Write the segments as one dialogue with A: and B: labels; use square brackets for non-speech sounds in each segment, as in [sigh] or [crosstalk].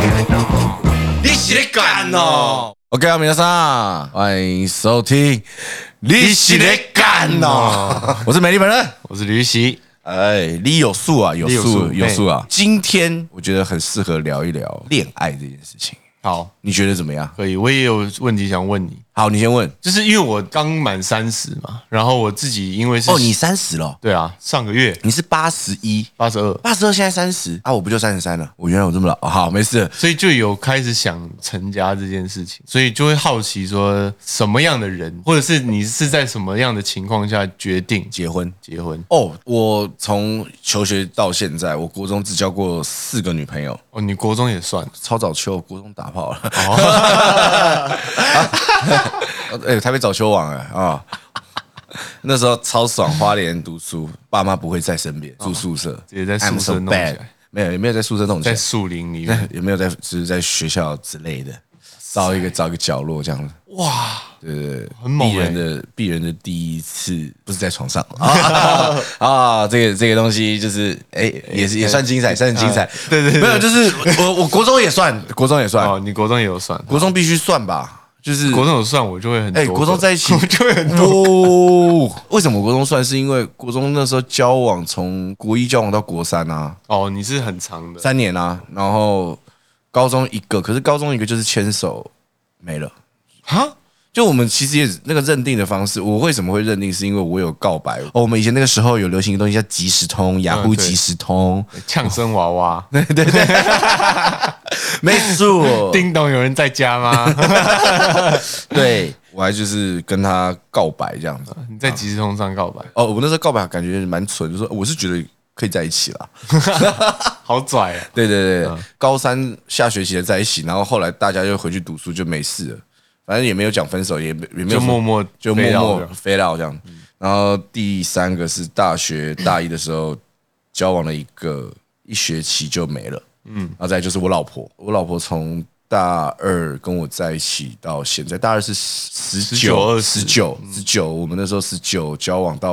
A: 你是咧干哦？
B: OK 啊，皆さん，欢迎收听。
A: 你是咧干哦？ [laughs]
B: 我是美丽本人。
A: 我是吕喜，
B: 哎，你有数啊，有
A: 你有
B: 数，
A: 数
B: 有数啊。今天我觉得很适合聊一聊恋爱这件事情，
A: 好，
B: 你觉得怎么样？
A: 可以。我也有问题想问你，
B: 好，你先问。
A: 就是因为我刚满三十嘛，然后我自己因为是
B: 哦，你三十了，
A: 对啊，上个月
B: 你是八十一，
A: 八十二，
B: 八十二，现在三十啊，我不就三十三了？我原来我这么老，哦好，没事。
A: 所以就有开始想成家这件事情，所以就会好奇说什么样的人，或者是你是在什么样的情况下决定结
B: 结婚
A: 结婚？
B: 哦，我从求学到现在，我国中只交过四个女朋友，
A: 哦，你国中也算
B: 超早秋，我国中打炮了。哦， [laughs] 哎、台北早秋网哎啊、那时候超爽，花莲读书，爸妈不会在身边，住宿舍，
A: 直接哦在宿
B: I'm so
A: 舍弄起
B: bad
A: 来
B: 没有，也没有在宿舍弄起
A: 在
B: 来，
A: 树林里
B: 那
A: 面，
B: 有没有在就是在学校之类的，找一个找一个角落这样子。
A: 哇，
B: 对对对，
A: 很猛
B: 鄙人
A: 欸
B: 的鄙人的第一次不是在床
A: [laughs]
B: 上啊啊，这个这个东西就是哎、也是也算精彩，算精彩。
A: 哎对对对
B: 没有，就是我我国中也算，国中也算，
A: 哦，你国中也有算，
B: 国中必须算吧，就是
A: 国中有算，我就会很
B: 哎、
A: 多
B: 国中
A: 个
B: 哎在一
A: [laughs]
B: 起
A: 我就会很多
B: 哦，为什么国中算？是因为国中那时候交往，从国一交往到国三啊，
A: 哦，你是很长的
B: 三年啊，然后高中一个，可是高中一个就是牵手没了。
A: 哈，
B: 就我们其实也那个认定的方式，我为什么会认定，是因为我有告白哦。我们以前那个时候有流行一个东西叫即时通，雅虎
A: 啊对
B: 即时
A: [laughs]
B: 通，
A: 呛声娃娃，
B: 没错，
A: 叮咚，有人在家吗？ [laughs]
B: 对我还就是跟他告白这样子。
A: 你在即时通上告白，
B: 哦，我那时候告白感觉蛮蠢，就说我是觉得可以在一起啦。
A: 好拽啊！
B: 对对对，高三下学期的在一起，然后后来大家又回去读书，就没事了，反正也没有讲分手，也没也没有
A: 就默默
B: 就默
A: fade
B: 默
A: out
B: 飞到这样。然后第三个是大学大一的时候交往了一个一学期就没了，嗯，然后再来就是我老婆，我老婆从大二跟我在一起到现在，大二是十
A: 19
B: 九十嗯九十九，我们那时候十九交往到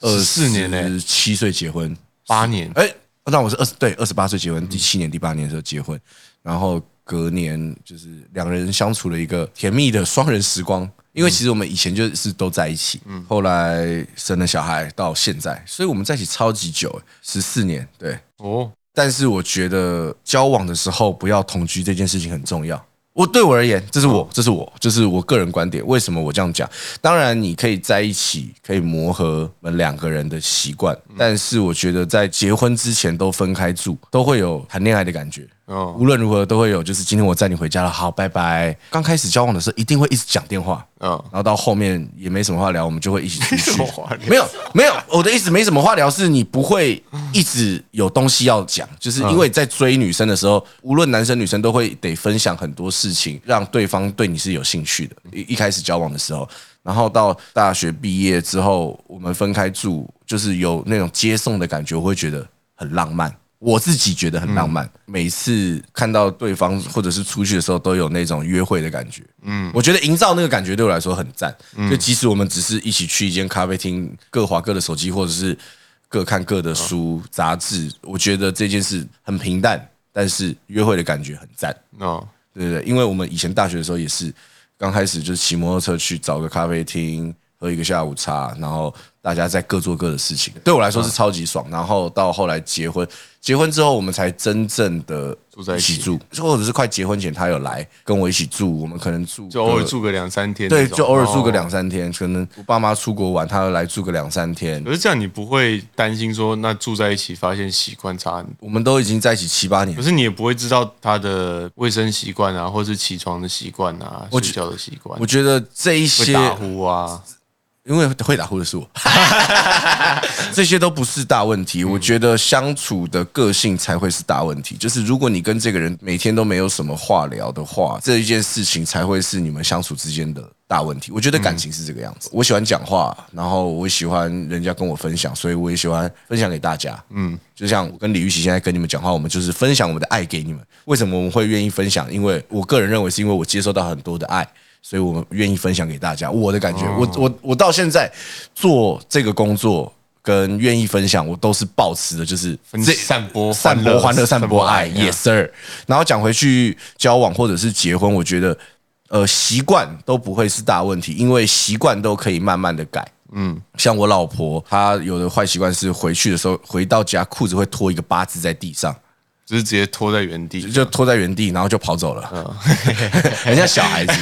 B: 二
A: 14年嘞
B: 七岁结婚，
A: 八年，
B: 哎、那我是二十对二十八岁结婚，第七年第八年的时候结婚，然后隔年就是两人相处了一个甜蜜的双人时光。因为其实我们以前就是都在一起，后来生了小孩到现在，所以我们在一起超级久，十四年对。
A: 哦，
B: 但是我觉得交往的时候不要同居这件事情很重要。我对我而言，这是我，这是我，这是我个人观点。为什么我这样讲？当然，你可以在一起，可以磨合我们两个人的习惯，
A: 嗯
B: 但是我觉得在结婚之前都分开住，都会有谈恋爱的感觉。
A: 哦
B: 无论如何都会有，就是今天我载你回家了，好，拜拜。刚开始交往的时候，一定会一直讲电话，
A: 嗯，
B: 然后到后面也没什么话聊，我们就会一起出去
A: 什么话聊。
B: 没有没有，我的意思没什么话聊，是你不会一直有东西要讲，就是因为在追女生的时候，无论男生女生都会得分享很多事情，让对方对你是有兴趣的。一一开始交往的时候，然后到大学毕业之后，我们分开住，就是有那种接送的感觉，我会觉得很浪漫。我自己觉得很浪漫，每次看到对方或者是出去的时候，都有那种约会的感觉。嗯，我觉得营造那个感觉对我来说很赞。就即使我们只是一起去一间咖啡厅，各划各的手机，或者是各看各的书、杂志，我觉得这件事很平淡，但是约会的感觉很赞。
A: 哦，
B: 对对对，因为我们以前大学的时候也是刚开始就是骑摩托车去找个咖啡厅喝一个下午茶，然后大家在各做各的事情。对我来说
A: 嗯
B: 是超级爽。然后到后来结婚，结婚之后我们才真正的
A: 住在一起
B: 起住，或者是快结婚前他有来跟我一起住，我们可能住
A: 就偶尔
B: 个。
A: 住个两三天那
B: 对，
A: 种，
B: 就偶尔住个
A: 哦
B: 两三天，可能我爸妈出国玩，他来住个两三天。
A: 可是这样你不会担心说，那住在一起发现习惯差很多，
B: 我们都已经在一起七八年
A: 可，是你也不会知道他的卫生习惯啊，或是起床的习惯啊，睡
B: 觉
A: 觉的习惯
B: 我，觉得这一
A: 会
B: 些
A: 打呼啊，
B: 因为会打呼的是我， [laughs] 这些都不是大问题。我觉得相处的个性才会是大问题。就是如果你跟这个人每天都没有什么话聊的话，这一件事情才会是你们相处之间的大问题。我觉得感情是这个样子，我喜欢讲话，然后我喜欢人家跟我分享，所以我也喜欢分享给大家。嗯，就像我跟李玉玺现在跟你们讲话，我们就是分享我们的爱给你们。为什么我们会愿意分享？因为我个人认为是因为我接受到很多的爱。所以我们愿意分享给大家我的感觉。我我我到现在做这个工作跟愿意分享，我都是保持的，就是
A: 分
B: 这
A: 散播
B: 散
A: 欢乐
B: 播欢乐、
A: 散
B: 散
A: 播
B: 播爱
A: 爱嗯
B: ，yes sir。然后讲回去交往或者是结婚，我觉得呃习惯都不会是大问题，因为习惯都可以慢慢的改。嗯，像我老婆，她有的坏习惯是回去的时候，回到家裤子会拖一个八字在地上。
A: 就是直接拖在原地。
B: 就拖在原地，然后就跑走了，
A: 嗯
B: [laughs] 很像小孩子。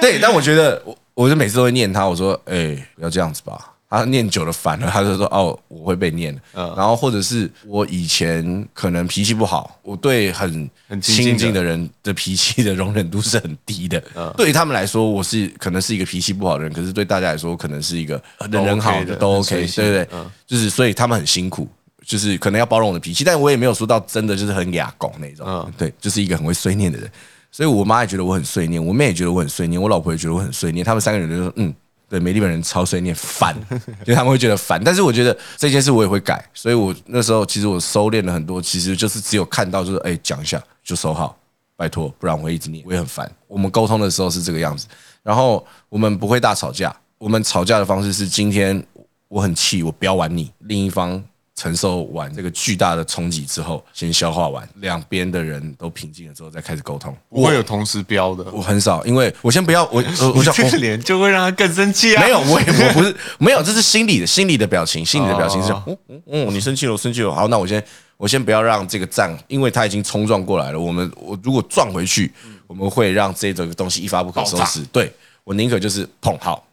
B: 对，但我觉得我，我就每次都会念他，我说：“哎、不要这样子吧。”他念久了烦了，他就说：“哦，我会被念。”
A: 嗯
B: 然后或者是我以前可能脾气不好，我对很
A: 很亲近的
B: 亲
A: 嗯
B: 近的人的脾气的容忍度是很低的。 [laughs] 对于他们来说，我是可能是一个脾气不好的人，可是对大家来说，我可能是一个人人好的都
A: 都
B: OK，
A: OK 的很随性
B: 对对对，就是所以他们很辛苦。就是可能要包容我的脾气，但我也没有说到真的就是很哑狗那种，
A: 嗯
B: 对，就是一个很会碎念的人。所以我妈也觉得我很碎念，我妹也觉得我很碎念，我老婆也觉得我很碎念，他们三个人就说，嗯，对，美利本人超碎念，烦， [laughs] 就他们会觉得烦。但是我觉得这件事我也会改，所以我那时候其实我收敛了很多，其实就是只有看到就是哎讲一下就收好，拜托，不然我会一直念，我也很烦。我们沟通的时候是这个样子，然后我们不会大吵架，我们吵架的方式是今天我很气，我飙完你，另一方承受完这个巨大的冲击之后，先消化完，两边的人都平静了之后再开始沟通。
A: 不会有同时标的，
B: 我很少，因为我先不要我我我
A: 你 [laughs]
B: 想
A: 这个
B: 我
A: 脸就会让他更生气啊！
B: 没有，
A: [laughs]
B: 我也我不是没有，这是心理的心理的表情，心理的
A: 哦
B: 表情是嗯嗯嗯，你生气了，我生气了，好，那我先我先不要让这个仗，因为他已经冲撞过来了，我们我如果撞回去，我们会让这个东西一发不可收
A: 嗯爆炸
B: 拾。对我宁可就是碰好，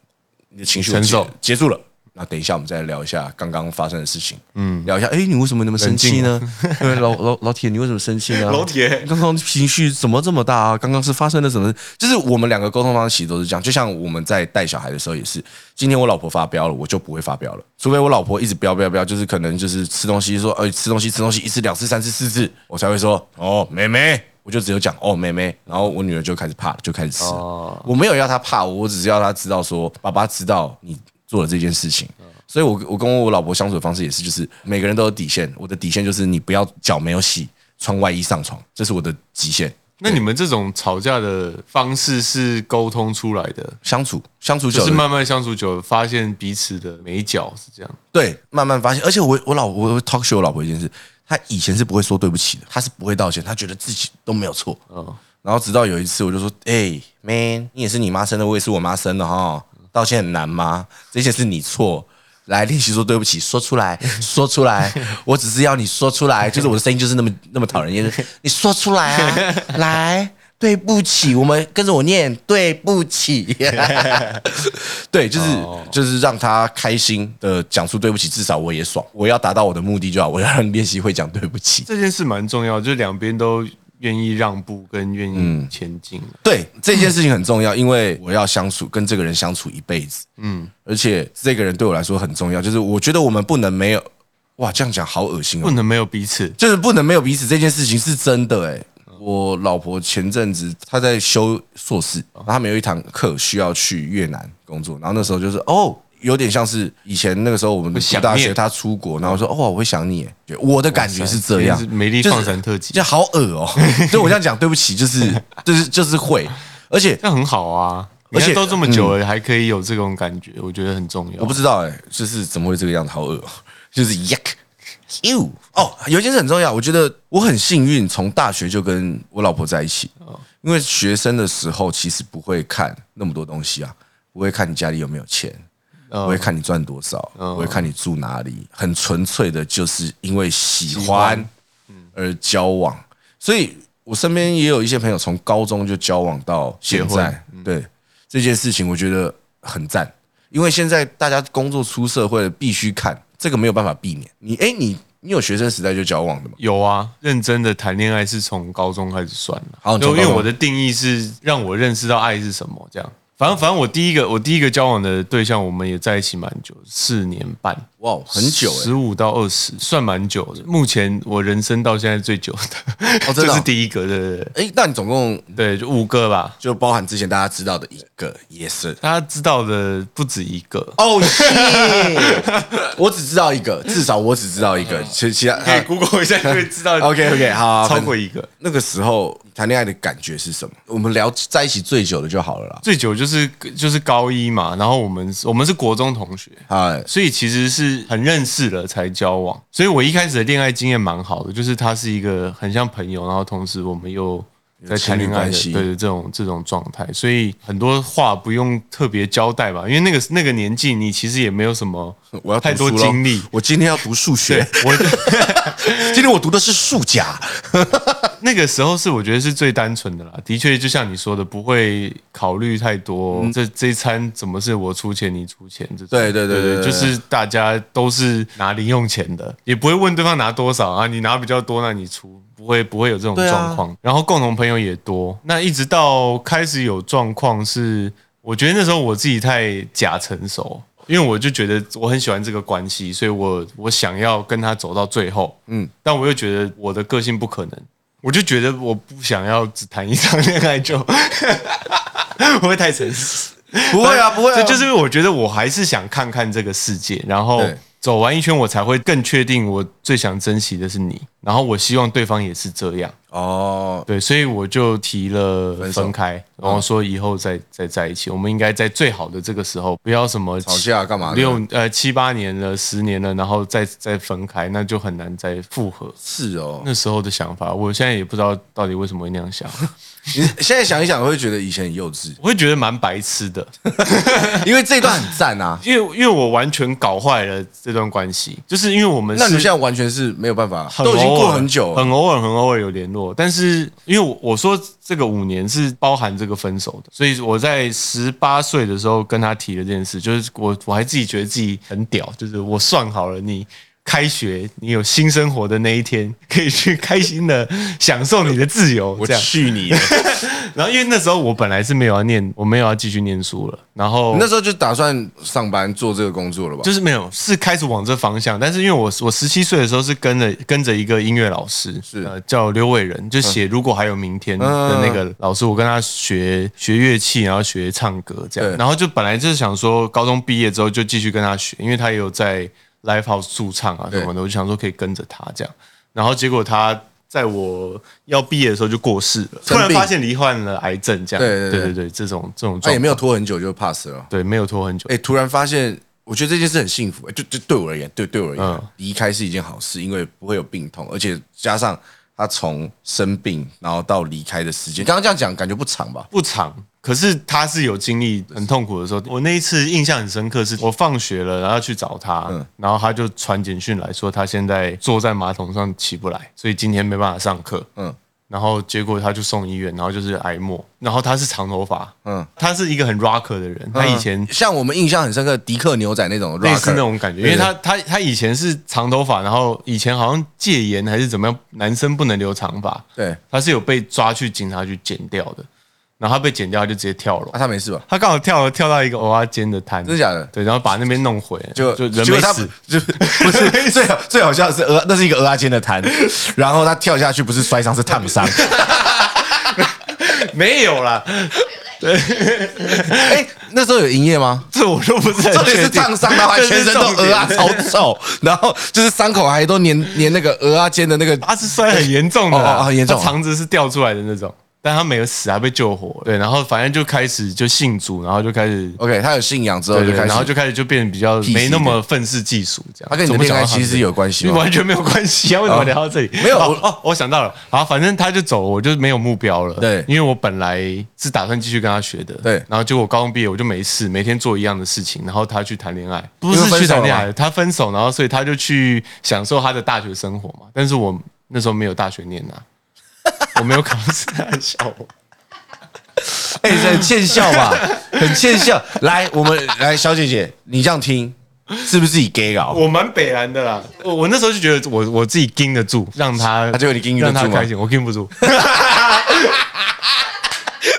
B: 你的情绪我
A: 承受
B: 结结束了。那等一下，我们再聊一下刚刚发生的事情。嗯，聊一下，哎，你为什么那么生气
A: [laughs]
B: 呢？对老老老铁，你为什么生气呢？
A: 老铁
B: 刚刚情绪怎么这么大啊？刚刚是发生了什么事？就是我们两个沟通方式其实都是这样，就像我们在带小孩的时候也是，今天我老婆发飙了，我就不会发飙了，除非我老婆一直飙飙飙，就是可能就是吃东西说，哎、吃东西吃东西一次两次三次四次，我才会说哦妹妹，我就只有讲哦妹妹，然后我女儿就开始怕了，就开始吃了。
A: 哦
B: 我没有要她怕我，我只是要她知道说爸爸知道你做了这件事情。
A: 嗯
B: 所以我，我跟我老婆相处的方式也是，就是每个人都有底线。我的底线就是你不要脚没有洗，穿外衣上床，这是我的极限。
A: 那你们这种吵架的方式是沟通出来的，
B: 相处相处久
A: 就
B: 了，
A: 是慢慢相处久了，发现彼此的美角是这样。
B: 对慢慢发现。而且我我老我我 talk show 我老婆一件事，她以前是不会说对不起的，她是不会道歉，她觉得自己都没有错。
A: 嗯，
B: 然后直到有一次，我就说：“哎、m a n 你也是你妈生的，我也是我妈生的哈，道歉很难吗？这些是你错，来练习说对不起，说出来，说出来，我只是要你说出来，就是我的声音就是那么那么讨人厌，就是你说出来啊，来。”对不起，我们跟着我念对不起， [laughs] 哦对，就是、就是让他开心的讲出对不起，至少我也爽。我要达到我的目的就好，我要让练习会讲对不起。
A: 这件事蛮重要，就是两边都愿意让步跟愿
B: 嗯
A: 意前进。
B: 对这件事情很重要，因为我要相处跟这个人相处一辈子，嗯，而且这个人对我来说很重要，就是我觉得我们不能没有，哇，这样讲好恶心
A: 不
B: 哦，
A: 能没有彼此，
B: 就是不能没有彼此这件事情是真的哎、我老婆前阵子她在修硕士，然后他们有一堂课需要去越南工作，然后那时候就是哦，有点像是以前那个时候我们
A: 会
B: 读
A: 想
B: 大学，
A: 念
B: 她出国，然后说哦，我会想你欸，我的感觉是这样，
A: 是美丽
B: 就是
A: 哦放闪特辑，
B: 就好恶哦、 [laughs] 就我这样讲，对不起，就是就是就是会，而且
A: 那很好啊。
B: 而
A: 而
B: 且
A: 且都这么久了，还可以有这种感觉，我觉得很重要。
B: 我不知道哎、就是怎么会这个样子，好恶、哦， [laughs] 就是 yuck。you 哦，有一件事很重要，我觉得我很幸运，从大学就跟我老婆在一起，
A: 哦
B: 因为学生的时候其实不会看那么多东西啊，不会看你家里有没有钱，
A: 嗯
B: 不会看你赚多少，不会看你住哪里，很纯粹的就是因为喜
A: 喜
B: 欢
A: 欢嗯
B: 而交往，所以我身边也有一些朋友从高中就交往到现
A: 结
B: 在
A: 婚，嗯
B: 对这件事情我觉得很赞，因为现在大家工作出社会了，必须看这个没有办法避免。你哎，你你有学生时代就交往的吗？
A: 有啊，认真的谈恋爱是从高中开始算的。
B: 好你
A: 就
B: 从
A: 因为
B: 高中
A: 我的定义是让我认识到爱是什么，这样反正反正我第一个我第一个交往的对象，我们也在一起蛮久，四年半，
B: 哇，很久哎、
A: 十五到二十，算蛮久的。目前我人生到现在最久的，
B: 哦
A: [laughs]
B: 真的哦
A: 这是第一个，对对对
B: 哎、那你总共
A: 对，就五个吧。
B: 就包含之前大家知道的一个也是。
A: 大家知道的不止一个，
B: 哦、是， [laughs] 我只知道一个，至少我只知道一个，其其他
A: 嗯 [laughs] 可以哎 Google 一下就会
B: [laughs]
A: 知道。
B: OK OK 哎好啊，
A: 超
B: 反
A: 过一个。
B: 那个时候谈恋爱的感觉是什么？我们聊在一起最久的就好了啦。
A: 最久就是就是高一嘛，然后我们我们是国中同学，
B: 哎，
A: 所以其实是很认识了才交往。所以我一开始的恋爱经验蛮好的，就是他是一个很像朋友，然后同时我们又在谈恋爱
B: 有情侣关
A: 的，
B: 系
A: 对对这种这种状态，所以很多话不用特别交代吧，因为那个那个年纪，你其实也没有什么
B: [laughs] 我要读
A: 太多
B: 书咯
A: 经历。
B: 我今天要读数
A: 对
B: 学，
A: 我
B: [laughs] 今天我读的是数甲。
A: 那个时候是我觉得是最单纯的啦，的确就像你说的，不会考虑太多，这这一餐怎么是我出钱你出钱这种。
B: 嗯对对对对对
A: 就是大家都是拿零用钱的，也不会问对方拿多少啊，你拿比较多，那你出，不会不会有这种
B: 对啊
A: 状况。然后共同朋友也多，那一直到开始有状况是，我觉得那时候我自己太假成熟。因为我就觉得我很喜欢这个关系，所以我我想要跟他走到最后，嗯，但我又觉得我的个性不可能，我就觉得我不想要只谈一场恋爱就， [laughs] 会不会太诚实？
B: 不会啊，不会、啊，
A: 这就是我觉得我还是想看看这个世界，然后
B: 对
A: 走完一圈，我才会更确定我最想珍惜的是你，然后我希望对方也是这样，
B: 哦，
A: 对，所以我就提了
B: 分手
A: 分开，然后说以后再再在一起，我们应该在最好的这个时候，不要什么
B: 吵架干嘛的
A: 六呃七八年了，十年了，然后再再分开，那就很难再复合。
B: 是哦。
A: 那时候的想法，我现在也不知道到底为什么会那样想， [laughs]
B: 你现在想一想，会觉得以前很幼稚，
A: 我会觉得蛮白痴的。
B: 因为这一段很赞啊。
A: 因为因为我完全搞坏了这段关系，就是因为我们
B: 那你们
A: [laughs] 是
B: 现在完全是没有办法，
A: 很
B: 都已经
A: 偶尔
B: 过很久了。
A: 很偶尔很偶尔有联络，但是因为我我说这个五年是包含这个分手的，所以我在十八岁的时候跟他提了这件事，就是我我还自己觉得自己很屌，就是我算好了你。开学，你有新生活的那一天，可以去开心的享受你的自由。这样，
B: 去你的！
A: 然后因为那时候我本来是没有要念，我没有要继续念书了。然后
B: 你那时候就打算上班做这个工作了吧？
A: 就是没有，是开始往这方向。但是因为我我十七岁的时候是跟着跟着一个音乐老师，
B: 是嗯
A: 呃、叫刘伟仁，就写《如果还有明天》的那个老师，我跟他学学乐器，然后学唱歌这样
B: 对。
A: 然后就本来就是想说，高中毕业之后就继续跟他学，因为他也有在 live house 驻唱啊什么的，我就想说可以跟着他这样。然后结果他。在我要毕业的时候就过世了，突
B: 生病
A: 然发现罹患了癌症，这样
B: 对对对
A: 对对这种这种
B: 那啊也
A: 状况，
B: 没有拖很久就 pass 了。
A: 对没有拖很久，
B: 哎、突然发现，我觉得这件事很幸福。哎、就就对我而言，对对我而言
A: 嗯，
B: 离、开是一件好事，因为不会有病痛，而且加上他从生病然后到离开的时间，刚刚这样讲感觉不长吧？
A: 不长，可是他是有经历很痛苦的时候。我那一次印象很深刻，是我放学了，然后去找他，然后他就传简讯来说他现在坐在马桶上起不来，所以今天没办法上课。
B: 嗯
A: 嗯。然后结果他就送医院，然后就是癌末，然后他是长头发，
B: 嗯
A: 嗯，他是一个很 rocker 的人，他以前
B: 像我们印象很深刻，迪克牛仔那种 r
A: 类
B: o
A: 似那种感觉，因为他他他以前是长头发，然后以前好像戒严还是怎么样，男生不能留长发，
B: 对，啊，
A: 他是有被抓去警察局剪掉的，然后他被剪掉他就直接跳楼，
B: 啊他没事吧？
A: 他刚好跳跳到一个蚵仔煎的摊，
B: 真的假的
A: 对，然后把那边弄毁，
B: 就
A: 就就人
B: 结
A: 没
B: 果他
A: 死，
B: 就不
A: [laughs]
B: 是最好最好笑的是鹅，那是一个鹅阿坚的摊，然后他跳下去不是摔伤是烫
A: [laughs]
B: 伤。
A: 没有啦，
B: 哎、那时候有营业吗？
A: 这我都不是
B: [laughs] 重
A: 很
B: 点
A: 确
B: 是
A: 定。
B: 烫伤，然后还
A: 这是
B: 全身都
A: 重点
B: 鹅啊，超臭，然后就是伤口还都粘粘那个鹅啊尖的那个。
A: 他是摔很严重的
B: 哦
A: 啦，
B: 哦很严重
A: 他肠子是掉出来的那种，但他没有死，还被救活。对，然后反正就开始就信主，然后就开始。
B: OK，他有信仰之后
A: 对
B: 就
A: 对，
B: 开始，
A: 然后就开始就变得比较
B: PC
A: 没那么愤世嫉俗这样。
B: 他跟你的
A: 怎么
B: 恋
A: 讲
B: 爱
A: 到他
B: 其实
A: 这
B: 有关系吗
A: 完全没有关系啊！为什么聊到这里？
B: 没有
A: 哦
B: 我
A: 哦，我想到了，好，反正他就走了，我就没有目标了。
B: 对
A: 因为我本来是打算继续跟他学的。
B: 对
A: 然后结果高中毕业我就没事，每天做一样的事情，然后他去谈恋爱，不
B: 因为
A: 是
B: 分
A: 去
B: 手了
A: 谈恋
B: 嘛
A: 爱，他分手，然后所以他就去享受他的大学生活嘛。但是我那时候没有大学念
B: [laughs]
A: 啊，我没有考上大学。
B: 哎、很欠笑
A: [laughs]
B: 吧，很欠笑。来，我们来，小姐姐，你这样听是不是自己 gay 搞？
A: 我蛮北蓝的啦，我我那时候就觉得我我自己盯得住，让他，
B: 啊结果你盯得住
A: 让
B: 吗
A: 他开心，我盯不住，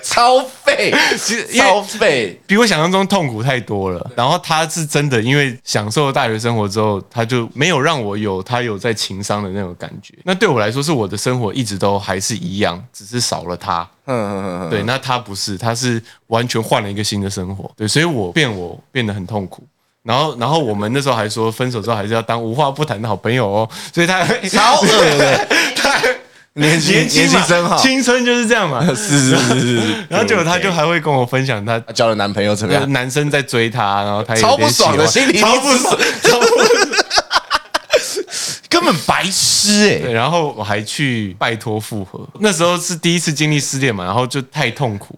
B: 超废，
A: 其实因为
B: 超废。
A: [laughs] 比我想象中痛苦太多了。然后他是真的，因为享受大学生活之后，他就没有让我有他有在情商的那种感觉。那对我来说，是我的生活一直都还是一样，只是少了他。
B: 嗯嗯嗯
A: 对，那他不是，他是完全换了一个新的生活。对，所以我变我变得很痛苦。然后，然后我们那时候还说，分手之后还是要当无话不谈的好朋友哦。所以他
B: 超恶的，
A: 他
B: [laughs] 年轻
A: 年轻
B: 年
A: 嘛
B: 轻真好，
A: 青春就是这样嘛。
B: [laughs] 是是是是是。
A: 然后结果他就嗯还会跟我分享他
B: 他交了男朋友怎么样？
A: 男生在追她，然后她也
B: 超不爽的
A: 有点喜
B: 心
A: 欢
B: 里
A: 超不爽，超不爽。
B: 根本白痴哎、
A: 对，然后我还去拜托复合，那时候是第一次经历失恋嘛，然后就太痛苦。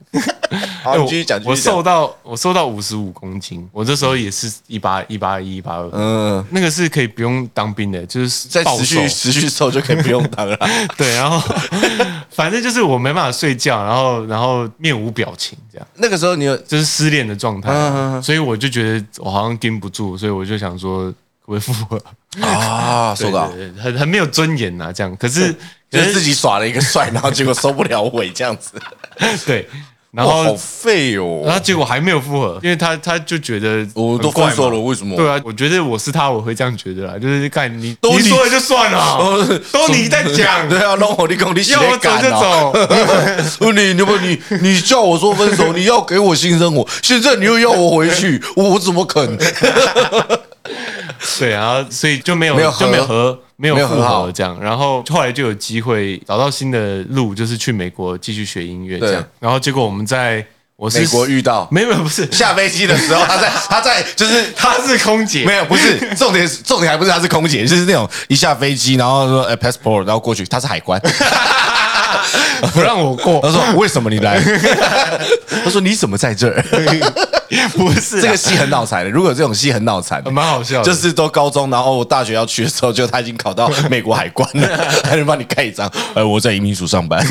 B: 好，
A: 哎
B: 你
A: 我
B: 继续讲，继
A: 我
B: 续讲
A: 瘦到我瘦到五十五公斤，我这时候也是一八一八一一八二，
B: 嗯，
A: 那个是可以不用当兵的，就是
B: 再
A: 暴
B: 持
A: 瘦
B: 续持续瘦就可以不用当了。
A: 对，然后 [laughs] 反正就是我没办法睡觉，然后然后面无表情这样。
B: 那个时候你有
A: 就是失恋的状态
B: 嗯嗯
A: 啊，所以我就觉得我好像盯不住，所以我就想说，可不可以复合？
B: 啊，瘦到
A: 对对对很很没有尊严呐、啊这样。可是
B: 就
A: 可
B: 是
A: 是
B: 自己耍了一个帅，然后结果收不了尾这样子，
A: [laughs] 对，然
B: 哇，好
A: 后
B: 废
A: 然
B: 哦！
A: 后结果还没有复合，因为他他就觉得
B: 我都
A: 很怪嘛
B: 分手了，。为什么？
A: 对啊，我觉得我是他，我会这样觉得啦，就是看你
B: 都
A: 你
B: 你
A: 说了就算了，
B: [laughs] 呃，
A: 都你在
B: [laughs]
A: 讲，
B: 对啊，弄我你讲你
A: 要我
B: 写
A: 走
B: 感
A: 就
B: 啊！
A: 走，
B: [laughs] 你你不你你叫我说分 [laughs] 手，你要给我新生活，现在你又要我回去，我怎么肯？
A: 对，然后所以就没有
B: 没有合
A: 就没有和没有
B: 没有
A: 复
B: 和好
A: 合这样，然后后来就有机会找到新的路，就是去美国继续学音乐这样
B: 对，
A: 然后结果我们在我是
B: 美国遇到
A: 没有没有
B: [laughs]
A: 不是，
B: 下飞机的时候，他在他在就是
A: 她是空姐，
B: 没有，不是重点是，重点还不是她是空姐，就是那种一下飞机，然后说哎 passport，然后过去，她是海关。
A: 不让我 [laughs] 过，
B: [laughs] 他说：“为什么你来？”他说：“你怎么在这
A: [laughs]
B: 儿
A: 不？”是
B: 这
A: 啊这
B: 个
A: 个
B: 戏很脑残的，如果有这种戏很脑残的，
A: 蛮好笑的
B: 啊就是都高中，然后我大学要去的时候，就他已经考到美国海关
A: [laughs]
B: 了，还能帮你盖一张。哎，我在移民署上班。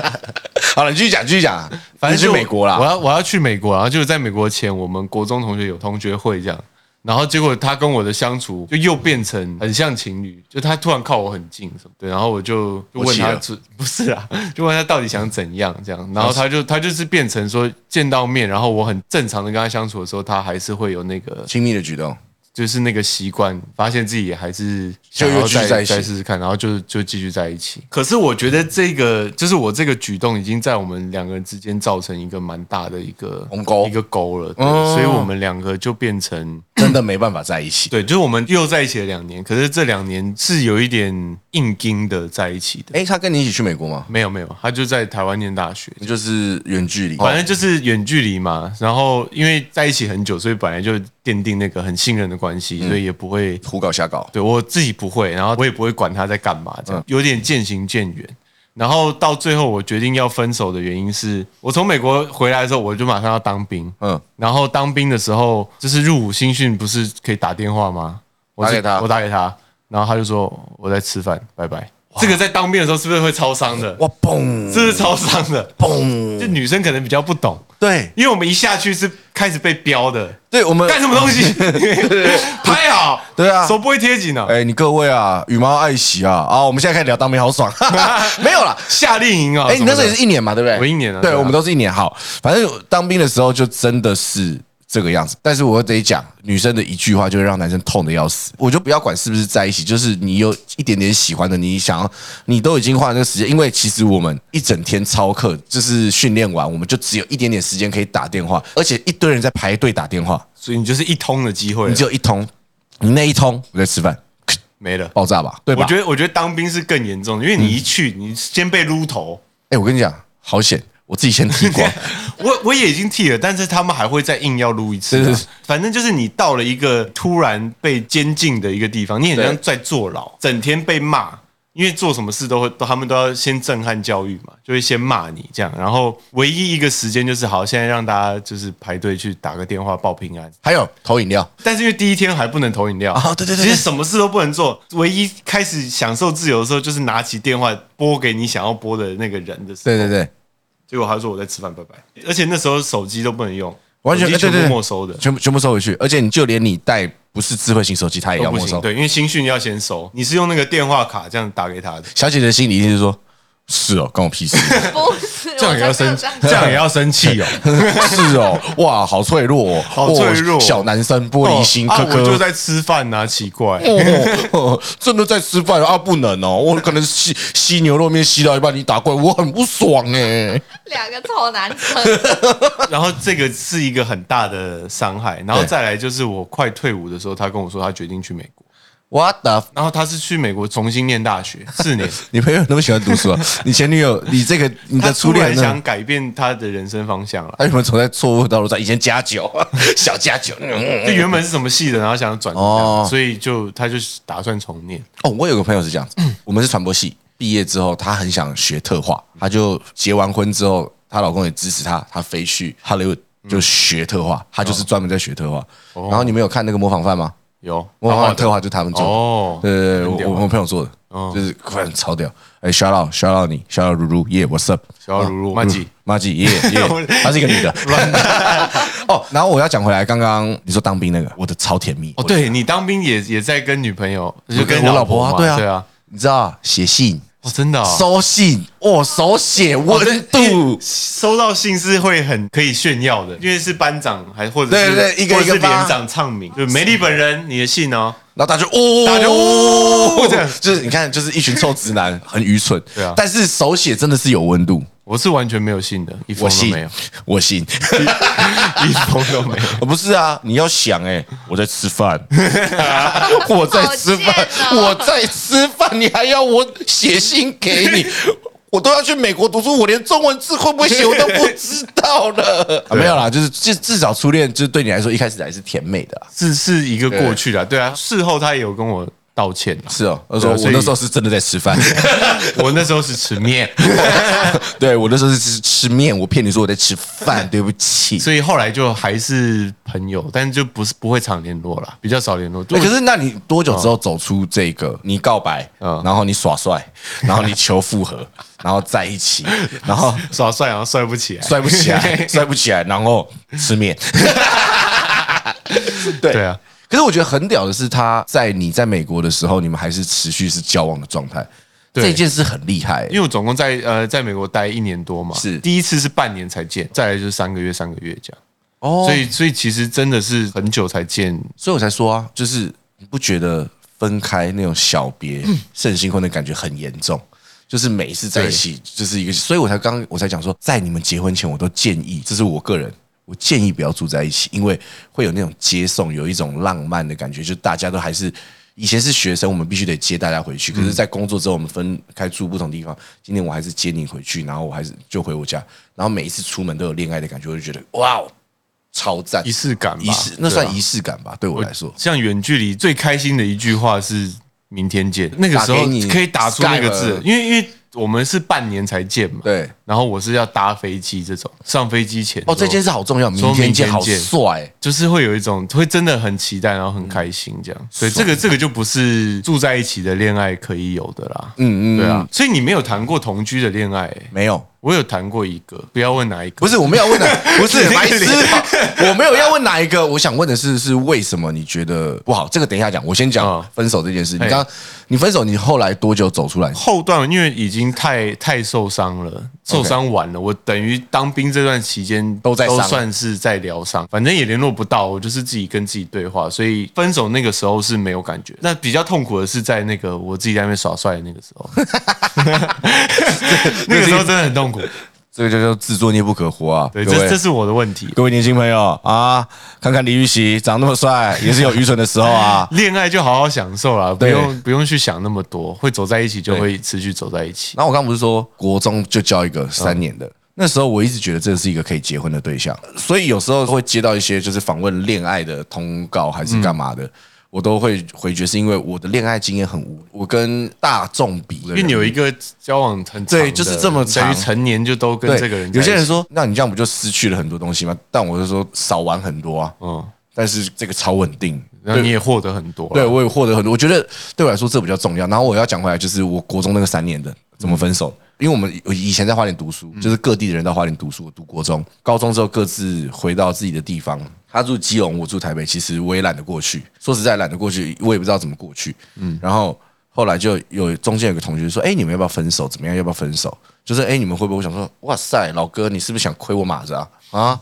B: [laughs] 好了，你继续讲，继续讲啊。
A: 反正
B: 你去
A: 就
B: 美国
A: 我
B: 啦，
A: 要我要去美国，然后就是在美国前，我们国中同学有同学会这样，然后结果他跟我的相处就又变成很像情侣，就他突然靠我很近什么，对，然后我就就
B: 我
A: 问
B: 气
A: 他
B: 了
A: 这不是啊， [laughs] 就问他到底想怎样这样，然后他就他就是变成说见到面，然后我很正常的跟他相处的时候，他还是会有那个
B: 亲密的举动，
A: 就是那个习惯，发现自己也还是
B: 就又
A: 想要
B: 继续
A: 再
B: 在一起
A: 再试试看，然后就就继续在一起。可是我觉得这个就是我这个举动已经在我们两个人之间造成一个蛮大的一个
B: 鸿沟
A: 一个沟了，对
B: 哦
A: 所以我们两个就变成
B: 真的没办法在一起。
A: 对，就是我们又在一起了两年，可是这两年是有一点硬盯的在一起的。
B: 哎，他跟你一起去美国吗？
A: 没有没有，他就在台湾念大学，
B: 就是远距离，
A: 反正就是远距离嘛。然后因为在一起很久，所以本来就奠定那个很信任的关系，所以也不会
B: 胡搞瞎搞。
A: 对我自己不会，然后我也不会管他在干嘛，
B: 嗯
A: 这样、有点渐行渐远。然后到最后，我决定要分手的原因是我从美国回来的时候，我就马上要当兵。
B: 嗯，
A: 然后当兵的时候，就是入伍新训，不是可以打电话吗？我是
B: 打给他
A: 我打给他，然后他就说我在吃饭，拜拜。这个在当兵的时候是不是会超伤的？
B: 哇，嘣
A: 是不是超伤的？
B: 嘣，
A: 就女生可能比较不懂，
B: 对
A: 因为我们一下去是开始被标的，
B: 对，我们
A: 干什么
B: [laughs]
A: 东西？拍好，
B: 对啊
A: 手不会贴紧哦。
B: 哎、你各位啊，羽毛爱惜啊！啊，我们现在开始聊当兵，好
A: [laughs]
B: 爽。没有啦，
A: 夏令营啊！
B: 哎、你那时候也
A: 什么的
B: 是一年嘛，对不对？
A: 我一年啊
B: 对，
A: 对啊
B: 我们都是一年。好，反正当兵的时候就真的是这个样子。但是我得讲，女生的一句话就会让男生痛的要死。我就不要管是不是在一起，就是你有一点点喜欢的，你想要，你都已经花了那个时间。因为其实我们一整天操课，就是训练完，我们就只有一点点时间可以打电话，而且一堆人在排队打电话，
A: 所以你就是一通的机会了，
B: 你只有一通，你那一通我在吃饭，
A: 没了。
B: 爆炸吧，对吧？
A: 我觉得，我觉得当兵是更严重的，因为你一去，你先被撸头。
B: 哎、我跟你讲，好险，我自己先剃
A: [laughs]
B: 光。
A: 我我也已经剃了，但是他们还会再硬要撸一次啊、
B: 对对对
A: 反正就是你到了一个突然被监禁的一个地方，你很像在坐牢，整天被骂，因为做什么事都会，都他们都要先震撼教育嘛，就会先骂你这样。然后唯一一个时间就是好，现在让大家就是排队去打个电话报平安，
B: 还有投饮料，
A: 但是因为第一天还不能投饮料
B: 啊对对对
A: 其实什么事都不能做，唯一开始享受自由的时候，就是拿起电话拨给你想要拨的那个人的时候。
B: 对对对，
A: 结果他说我在吃饭，拜拜。而且那时候手机都不能用，
B: 完全
A: 手机
B: 哎
A: 全
B: 对对
A: 部
B: 对
A: 没收的。
B: 全部全部收回去，而且你就连你带不是智慧型手机，他也
A: 都
B: 要
A: 不
B: 没
A: 行，
B: 收。
A: 对，因为新讯要先收，你是用那个电话卡这样打给他的，
B: 小姐姐的心里一定是说：“是哦，关我
A: [laughs]
B: 屁事。
C: 不是，
A: 这样也要
C: 我才没
A: 生，
C: 有这样
A: 这样也要生气 [laughs] 哦。
B: 是哦，哇，好脆弱哦，
A: 好脆弱
B: 哦小男生玻璃心，
A: 啊
B: 哥
A: 我就
B: 哥。
A: 在吃饭呐，奇怪。
B: 哦， [laughs] 真的在吃饭啊？不能哦，我可能吸吸牛肉面吸到一半，你打过来，我很不爽
A: [laughs]
B: 哎。
C: 两个臭男生，
A: 然后这个是一个很大的伤害，然后再来就是我快退伍的时候，他跟我说他决定去美国，
B: What the？
A: 然后他是去美国重新念大学
B: [laughs]
A: 四年，
B: 你朋友那么喜欢读书啊？你前女友，你这个你
A: 他
B: 的初
A: 突然
B: 恋嗯呢
A: 想？改变他的人生方向了。
B: 他有没有走在错误的道路上？以前加酒， [laughs] 小加酒。嗯
A: 就原本是什么系的，然后想转，
B: 哦
A: 所以就他就打算重念。
B: 哦，我有个朋友是这样子，我们是传播系，毕业之后他很想学特化，他就结完婚之后，她老公也支持她，她飞去好莱坞就学特化，她就是专门在学特化。然后你们有看那个模仿犯吗？
A: 有，
B: 模
A: 然
B: 仿
A: 后
B: 犯特化就他们做的。
A: 哦，
B: 对对对，
A: 很屌
B: 我我我朋友做的，
A: 哦
B: 就是快很超屌。哎，shout out shout out 你，shout out 如如耶，what's up？
A: 小鲁鲁马吉，
B: 马吉
A: [laughs]
B: 耶
A: 我
B: 耶，她是一个女的。 [laughs] 哦，然后我要讲回来，刚刚你说当兵那个，我的超甜蜜
A: 哦，对你当兵也也在跟女朋友，就跟
B: 我老婆
A: 嘛
B: 啊，对啊，
A: 对啊，，
B: 你知道啊写信。
A: 哦，真的哦
B: 收信，哦，手写温度，
A: 收到信是会很可以炫耀的，因为是班长还或者是
B: 对对对一个
A: 或者
B: 一
A: 是
B: 个发
A: 连长唱名，就梅丽本人你的信哦，
B: 然后大家就哦，
A: 大家就哦这样
B: 就是你看，就是一群臭直男，很愚蠢，
A: 对啊
B: 但是手写真的是有温度，
A: 我是完全没有信的，一封
B: 我
A: 都
B: 信
A: 没有，，
B: [laughs] 我信， [laughs]
A: 一封都没有。
B: 不是啊，你要想哎、我在吃 [laughs] 饭，我在吃饭，
C: 好贱哦
B: 我在吃饭，你还要我写信给你？我都要去美国读书，我连中文字会不会写我都不知道了。啊、没有啦，就是至至少初恋，就是对你来说一开始还是甜美的啊、
A: 是是一个过去的，对啊，事后他也有跟我道
B: [laughs]
A: 歉啦
B: 是哦，我说
A: 对啊
B: 我
A: 所以
B: 那时候是真的在吃饭， [laughs]
A: 我那时候是吃面，
B: 对我那时候是吃吃面，我骗你说我在吃饭，对不起。
A: 所以后来就还是朋友，但就不是不会常联络啦，比较少联络。
B: 欸可
A: 我
B: 是，那你多久之后走出这个？你告白，
A: 嗯
B: 然后你耍帅，然后你求复合，然后在一起，然后
A: 耍帅好像帅不起来，
B: 帅不起来，帅不起来，然后吃面。对
A: [laughs] 对啊。
B: 可是我觉得很屌的是，他在你在美国的时候，你们还是持续是交往的状态，
A: 对
B: 这件事很厉害、欸
A: 因为我总共在呃在美国待一年多嘛，
B: 是
A: 第一次是半年才见，再来就是三个月三个月这样，
B: 哦
A: 所以所以其实真的是很久才见，
B: 所以我才说啊，就是你不觉得分开那种小别胜新婚的感觉很严重？就是每一次在一起就是一个，所以我才刚我才讲说，在你们结婚前，我都建议，这是我个人，我建议不要住在一起，因为会有那种接送，有一种浪漫的感觉，就大家都还是。以前是学生，我们必须得接大家回
A: 嗯
B: 去。可是，在工作之后，我们分开住不同地方。今天我还是接你回去，然后我还是就回我家。然后每一次出门都有恋爱的感觉，我就觉得哇，哦，超赞！
A: 仪式感吧
B: 仪式那算
A: 对啊
B: 仪式感吧？对我来说，
A: 像远距离最开心的一句话是“明天见”，那个时
B: 打
A: 候
B: 给你
A: 可以打出那个
B: Skype
A: 字
B: 了，
A: 因为因为我们是半年才见嘛，
B: 对，
A: 然后我是要搭飞机这种，上飞机前
B: 哦，这件事好重要，明
A: 说
B: 天
A: 明
B: 见
A: 天
B: 好
A: 见
B: 帅。
A: 就是会有一种会真的很期待，然后很开心这样。所以这个这个就不是住在一起的恋爱可以有的啦。嗯嗯，对啊。所以你没有谈过同居的恋爱、欸
B: 没有，
A: 我有谈过一个，不要问哪一个。
B: 不是我没有问哪， [laughs] 不是
A: 你那
B: 白
A: 个
B: 痴吧， [laughs] 我没有要问哪一个。我想问的是，是为什么你觉得不好？这个等一下讲，我先讲
A: 嗯
B: 分手这件事。你
A: 嘿
B: 刚你分手，你后来多久走出来？
A: 后段，因为已经太太受伤了，受伤完了，我等于当兵这段期间
B: 都在伤
A: 都算是在疗伤，反正也联络不到，我就是自己跟自己对话，所以分手那个时候是没有感觉。那比较痛苦的是在那个我自己在那边耍帅的那个时
B: [laughs]
A: 候，那个时候真的很痛苦。
B: 这个就叫自作孽不可活啊！
A: 对，
B: 各
A: 这
B: 位
A: 这是我的问题。。
B: 各位年轻朋友啊，看看李玉玺长那么帅，也是有愚蠢的时候啊
A: 恋爱就好好享受啦，不
B: 对
A: 用不用去想那么多，会走在一起就
B: 对
A: 会持续走在一起。
B: 然后我刚不是说国中就交一
A: 嗯
B: 个三年的，那时候我一直觉得这是一个可以结婚的对象，所以有时候会接到一些就是访问恋爱的通告还是干嘛
A: 嗯
B: 的。我都会回绝，是因为我的恋爱经验很无，我跟大众比，因
A: 因为你有一个交往很长的
B: 对就是这么长
A: 等于成年就都跟
B: 对
A: 这个人在一起。
B: 有些人说，那你这样不就失去了很多东西吗？但我就说少玩很多啊，
A: 嗯，
B: 但是这个超稳定，
A: 然后你也获得很多啦。啊
B: 对我也获得很多，我觉得对我来说这比较重要。然后我要讲回来，就是我国中那个三年的怎么分手，因为我们以以前在花莲读书，就是各地的人到花莲读书，我读国中、高中之后各自回到自己的地方。他住基隆，我住台北，其实我也懒得过去，说实在懒得过去，我也不知道怎么过去。嗯，然后。后来就有中间有个同学说：“哎、你们要不要分手？怎么样？要不要分手？”就是哎、你们会不会？我想说，哇塞，老哥，你是不是想亏我马子啊？啊，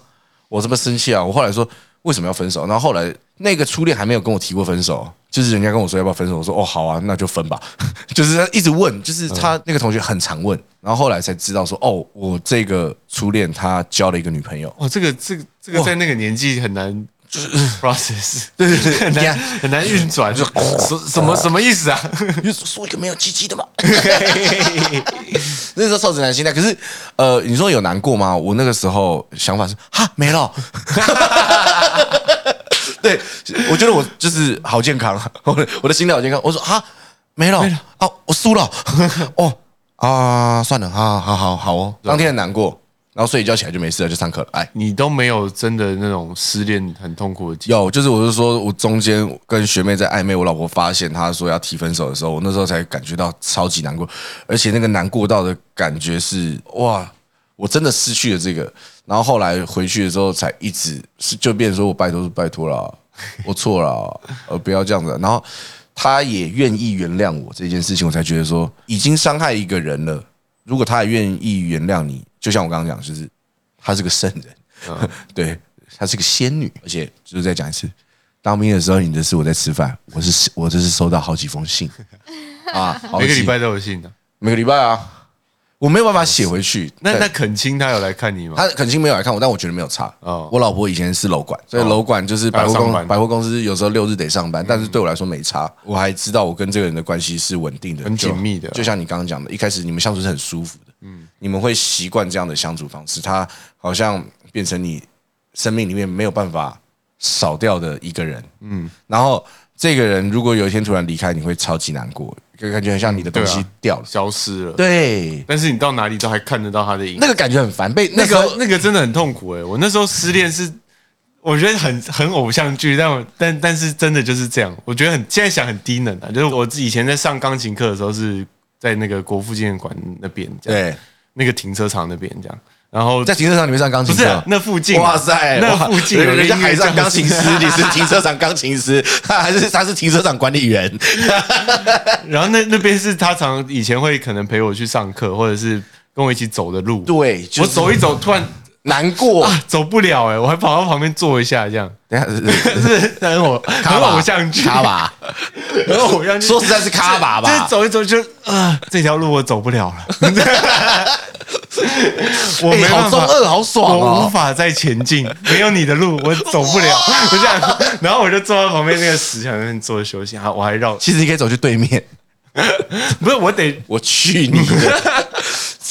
B: 我这么生气啊！我后来说为什么要分手？然后后来那个初恋还没有跟我提过分手，就是人家跟我说要不要分手，我说哦好啊，那就分吧。 [laughs] 就是他一直问，就是他那个同学很常问，然后后来才知道说哦，我这个初恋他交了一个女朋友。
A: 哇，呃这个这个这个在那个年纪很难 [laughs] process，
B: 对对对，
A: 很
B: 你
A: 难
B: 看
A: 很难运转，什什么什么意思啊？ [laughs]
B: 你就说一个没有鸡鸡的嘛。那时候瘦子男心态，可是呃，你说有难过吗？我那个时候想法是哈没了。 [laughs] 对，我觉得我就是好健康，啊我的我的心态好健康。我说哈没了啊，我输了 [laughs] 哦啊，算了啊，好好好哦，当天很难过，然后睡一觉起来就没事了，就上课了，哎。
A: 你都没有真的那种失恋很痛苦的经历，
B: 有，就是我是说，我中间跟学妹在暧昧，我老婆发现她说要提分手的时候，我那时候才感觉到超级难过，而且那个难过到的感觉是哇，我真的失去了这个。然后后来回去的时候，才一直是就变成说我拜托拜托了，我错了，呃，不要这样子。然后她也愿意原谅我这件事情，我才觉得说已经伤害一个人了，如果她也愿意原谅你，就像我刚刚讲，就是她是个圣人。
A: 嗯
B: [laughs] 对，她是个仙女，而且就是再讲一次，当兵的时候你的是我在吃饭，我是我这是收到好几封
A: [laughs]
B: 信啊，好
A: 每个
B: 几
A: 礼拜都有信的。
B: 每个礼拜啊，我没有办法写回去。
A: 那
B: 对
A: 那恳亲他有来看你吗？
B: 他肯定没有来看我，但我觉得没有差。
A: 哦
B: 我老婆以前是楼管，所以楼管就是百货
A: 还要上
B: 公
A: 班嗯
B: 百货公司有时候六日得上班，但是对我来说没差。我还知道我跟这个人的关系是稳定的，
A: 很
B: 就
A: 紧密的
B: 就像你刚刚讲的，一开始你们相处是很舒服的，嗯，你们会习惯这样的相处方式，他好像变成你生命里面没有办法少掉的一个人，嗯，然后这个人如果有一天突然离开，你会超级难过，就感觉很像你的东
A: 对
B: 西
A: 啊
B: 掉了，
A: 消失了，
B: 对，
A: 但是你到哪里都还看得到他的影。
B: 那个感觉很烦，被
A: 那
B: 那个
A: 个那个真的很痛苦哎、我那时候失恋是，我觉得很很偶像剧，但我但但是真的就是这样，我觉得很现在想很低能啊，就是我自己以前在上钢琴课的时候是在那个国父纪念馆那边，这样
B: 对，
A: 那个停车场那边这样，然后
B: 在停车场里面上钢
A: 不
B: 琴
A: 是
B: 课，
A: 啊、那附近啊，
B: 哇塞，
A: 那
B: 哇
A: 附近有
B: 人家海上钢琴师，你是
A: 停。
B: 停车场钢琴师，他还是他是停车场管理员，
A: 然后那那边是他常以前会可能陪我去上课，或者是跟我一起走的路。
B: 对，
A: 我走一走，突然 [laughs]
B: 难过，
A: 走不了哎、我还跑到旁边坐一下，这样 [laughs]
B: 等一下是
A: 是很偶很偶像剧，
B: 卡吧，
A: [laughs] 很偶像剧。
B: 说实在是卡吧
A: 就是
B: 吧，
A: 走一走就啊、这条路我走不了
B: [laughs]
A: 了，我没
B: 哎
A: 办
B: 好
A: 法
B: 中。二，好爽
A: 我无
B: 哦。
A: 法再前进，没有你的路我走不了。我这样，然后我就坐在旁边那个石墙那边坐着休息，啊，我还绕，
B: 其实你可以走去对面，
A: 不是
B: [laughs]
A: 我得、
B: 我去你的，
A: [laughs]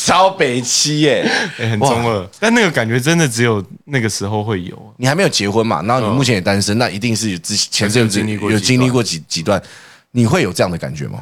B: 超北七耶！
A: 哎很中二，但那个感觉真的只有那个时候会有。
B: 你还没有结婚嘛，然
A: 嗯
B: 后你目前也单身，那一定是有之前阵子
A: 曾经经历过
B: 有
A: 几
B: 经历
A: 段
B: 过几几段，你会有这样的感觉吗？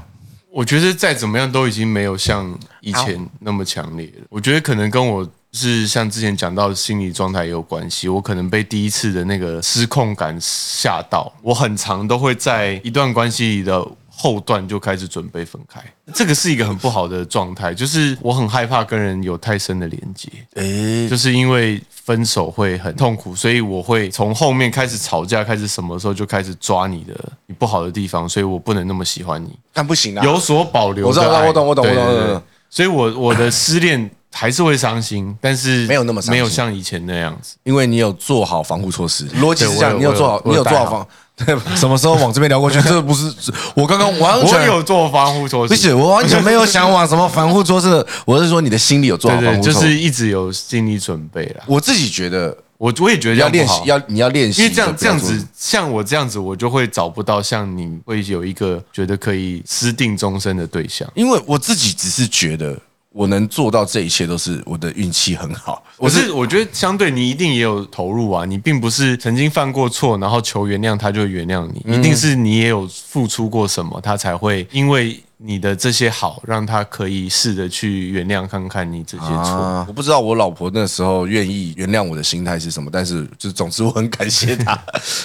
A: 我觉得再怎么样都已经没有像以前那么强烈了。我觉得可能跟我是像之前讲到的心理状态也有关系。我可能被第一次的那个失控感吓到，我很常都会在一段关系里的后段就开始准备分开。这个是一个很不好的状态，就是我很害怕跟人有太深的连接。
B: 诶，
A: 就是因为分手会很痛苦，所以我会从后面开始吵架，开始什么时候就开始抓你的你不好的地方，所以我不能那么喜欢你，
B: 但不行啊，
A: 有所保留
B: 我知
A: 的
B: 道
A: 爱。
B: 我懂我懂
A: 对
B: 我懂
A: 对
B: 我
A: 对
B: 懂
A: 所以我我的失恋还是会伤心，但是
B: 没有那么伤心
A: 没有像以前那样子。
B: 因为你有做好防护措施，逻辑是这
A: 我
B: 样，
A: 有
B: 你有做好，
A: 我有
B: 你有
A: 我有
B: 做好防。对，什么时候往这边聊过 [laughs] 去？这不是我刚刚完
A: 我
B: 全
A: 有做防护措
B: 不是，
A: 施，
B: 我完全没有想往什么防护措施的。我是说你的心里有做
A: 对
B: 好防
A: 对，
B: 护
A: 就
B: 措施。
A: 是一直有心理准备啦。
B: 我自己觉得
A: 我我也觉得这
B: 要
A: 样不
B: 练习
A: 好，
B: 要你要练习，
A: 因为这样
B: 就
A: 这
B: 不要
A: 样
B: 做
A: 子，像我这样子，我就会找不到像你会有一个觉得可以私定终身的对象。
B: 因为我自己只是觉得我能做到这一切，都是我的运气很好。
A: 我
B: 我是
A: 是我觉得相对你一定也有投入啊，你并不是曾经犯过错，然后求原谅他就原谅
B: 嗯
A: 你，一定是你也有付出过什么，他才会因为你的这些好，让他可以试着去原谅看看你这些错。
B: 啊，我不知道我老婆那时候愿意原谅我的心态是什么，但是就总之我很感谢
A: [laughs]
B: 她，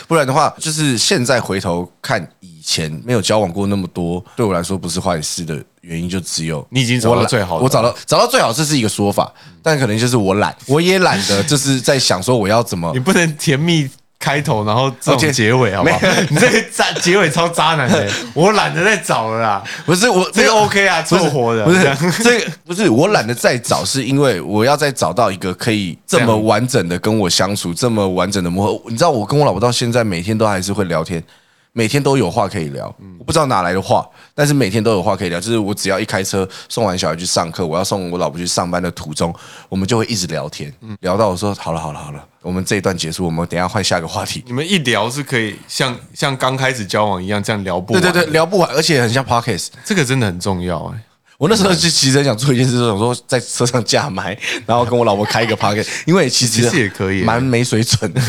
B: 不然的话，就是现在回头看以前没有交往过那么多，对我来说不是坏事的原因，就只有
A: 你已经找到
B: 我懒
A: 最好的
B: 我找到找到最好，这是一个 [laughs] 说法，但可能就是我懒，我也懒得就是在想说我要怎么
A: 你不能甜蜜开头，然后这种结尾好不好？ [laughs] 你这个渣结尾超渣男
B: [laughs]
A: 的，我懒得再找了啦。
B: 不是我
A: 这个 OK 啊，
B: 不
A: 凑
B: 是
A: 合的，
B: 不
A: 这样
B: [laughs] 是这个不是我懒得再找，是因为我要再找到一个可以这
A: 这
B: 么
A: 样
B: 完整的跟我相处，这么完整的磨合。你知道我跟我老婆到现在每天都还是会聊天，每天都有话可以聊。嗯我不知道哪来的话，但是每天都有话可以聊。就是我只要一开车送完小孩去上课，我要送我老婆去上班的途中，我们就会一直聊天，聊到我说好了好了好了，我们这一段结束，我们等一下换下一个话题。
A: [laughs] 你们一聊是可以像像刚开始交往一样这样聊不
B: 对
A: 完。
B: 对对，，聊不完，而且很像 podcast。
A: 这个真的很重要哎。
B: 我那时候就其实很想做一件事，就是想说在车上架麦，然后跟我老婆开一个 p a r k
A: [laughs]
B: 因为其实
A: 其实也可以
B: 蛮没水准的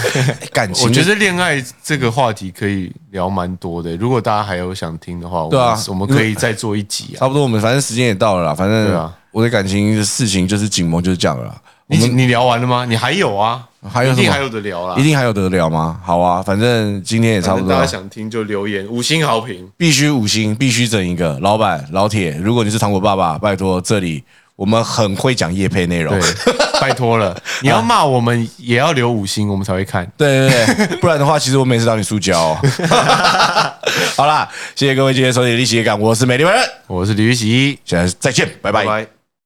B: 感情。
A: 我觉得恋爱这个话题可以聊蛮多的，如果大家还有想听的话，我
B: 对
A: 们
B: 啊
A: 我们可以再做一集
B: [laughs]
A: 啊。
B: 差不多，我们反正时间也到了啦，反
A: 对
B: 正
A: 啊
B: 我的感情的事情就是紧绷就是这样了啦。我
A: 你
B: 们
A: 你聊完了吗？你还有啊，
B: 还有
A: 一
B: 什
A: 定
B: 么
A: 还有的聊啦
B: 一。定还有得聊吗？好啊，反正今天也差不多
A: 啊大
B: 了
A: 家，想听就留言五星好评，
B: 必须五星，必须整一个。老板老铁，如果你是糖果爸爸，拜托这里我们很会讲业配内容
A: 对。，拜托了， [laughs] 你要骂我们也要留五星，我们才会看。
B: [laughs] 对对对，不然的话，其实我每次当你塑胶、 [laughs] 哦。好啦，谢谢各位今天收听《历史夜感》，我是美丽本人，
A: 我是李玉玺，
B: 下次再见，拜拜。
A: 拜拜。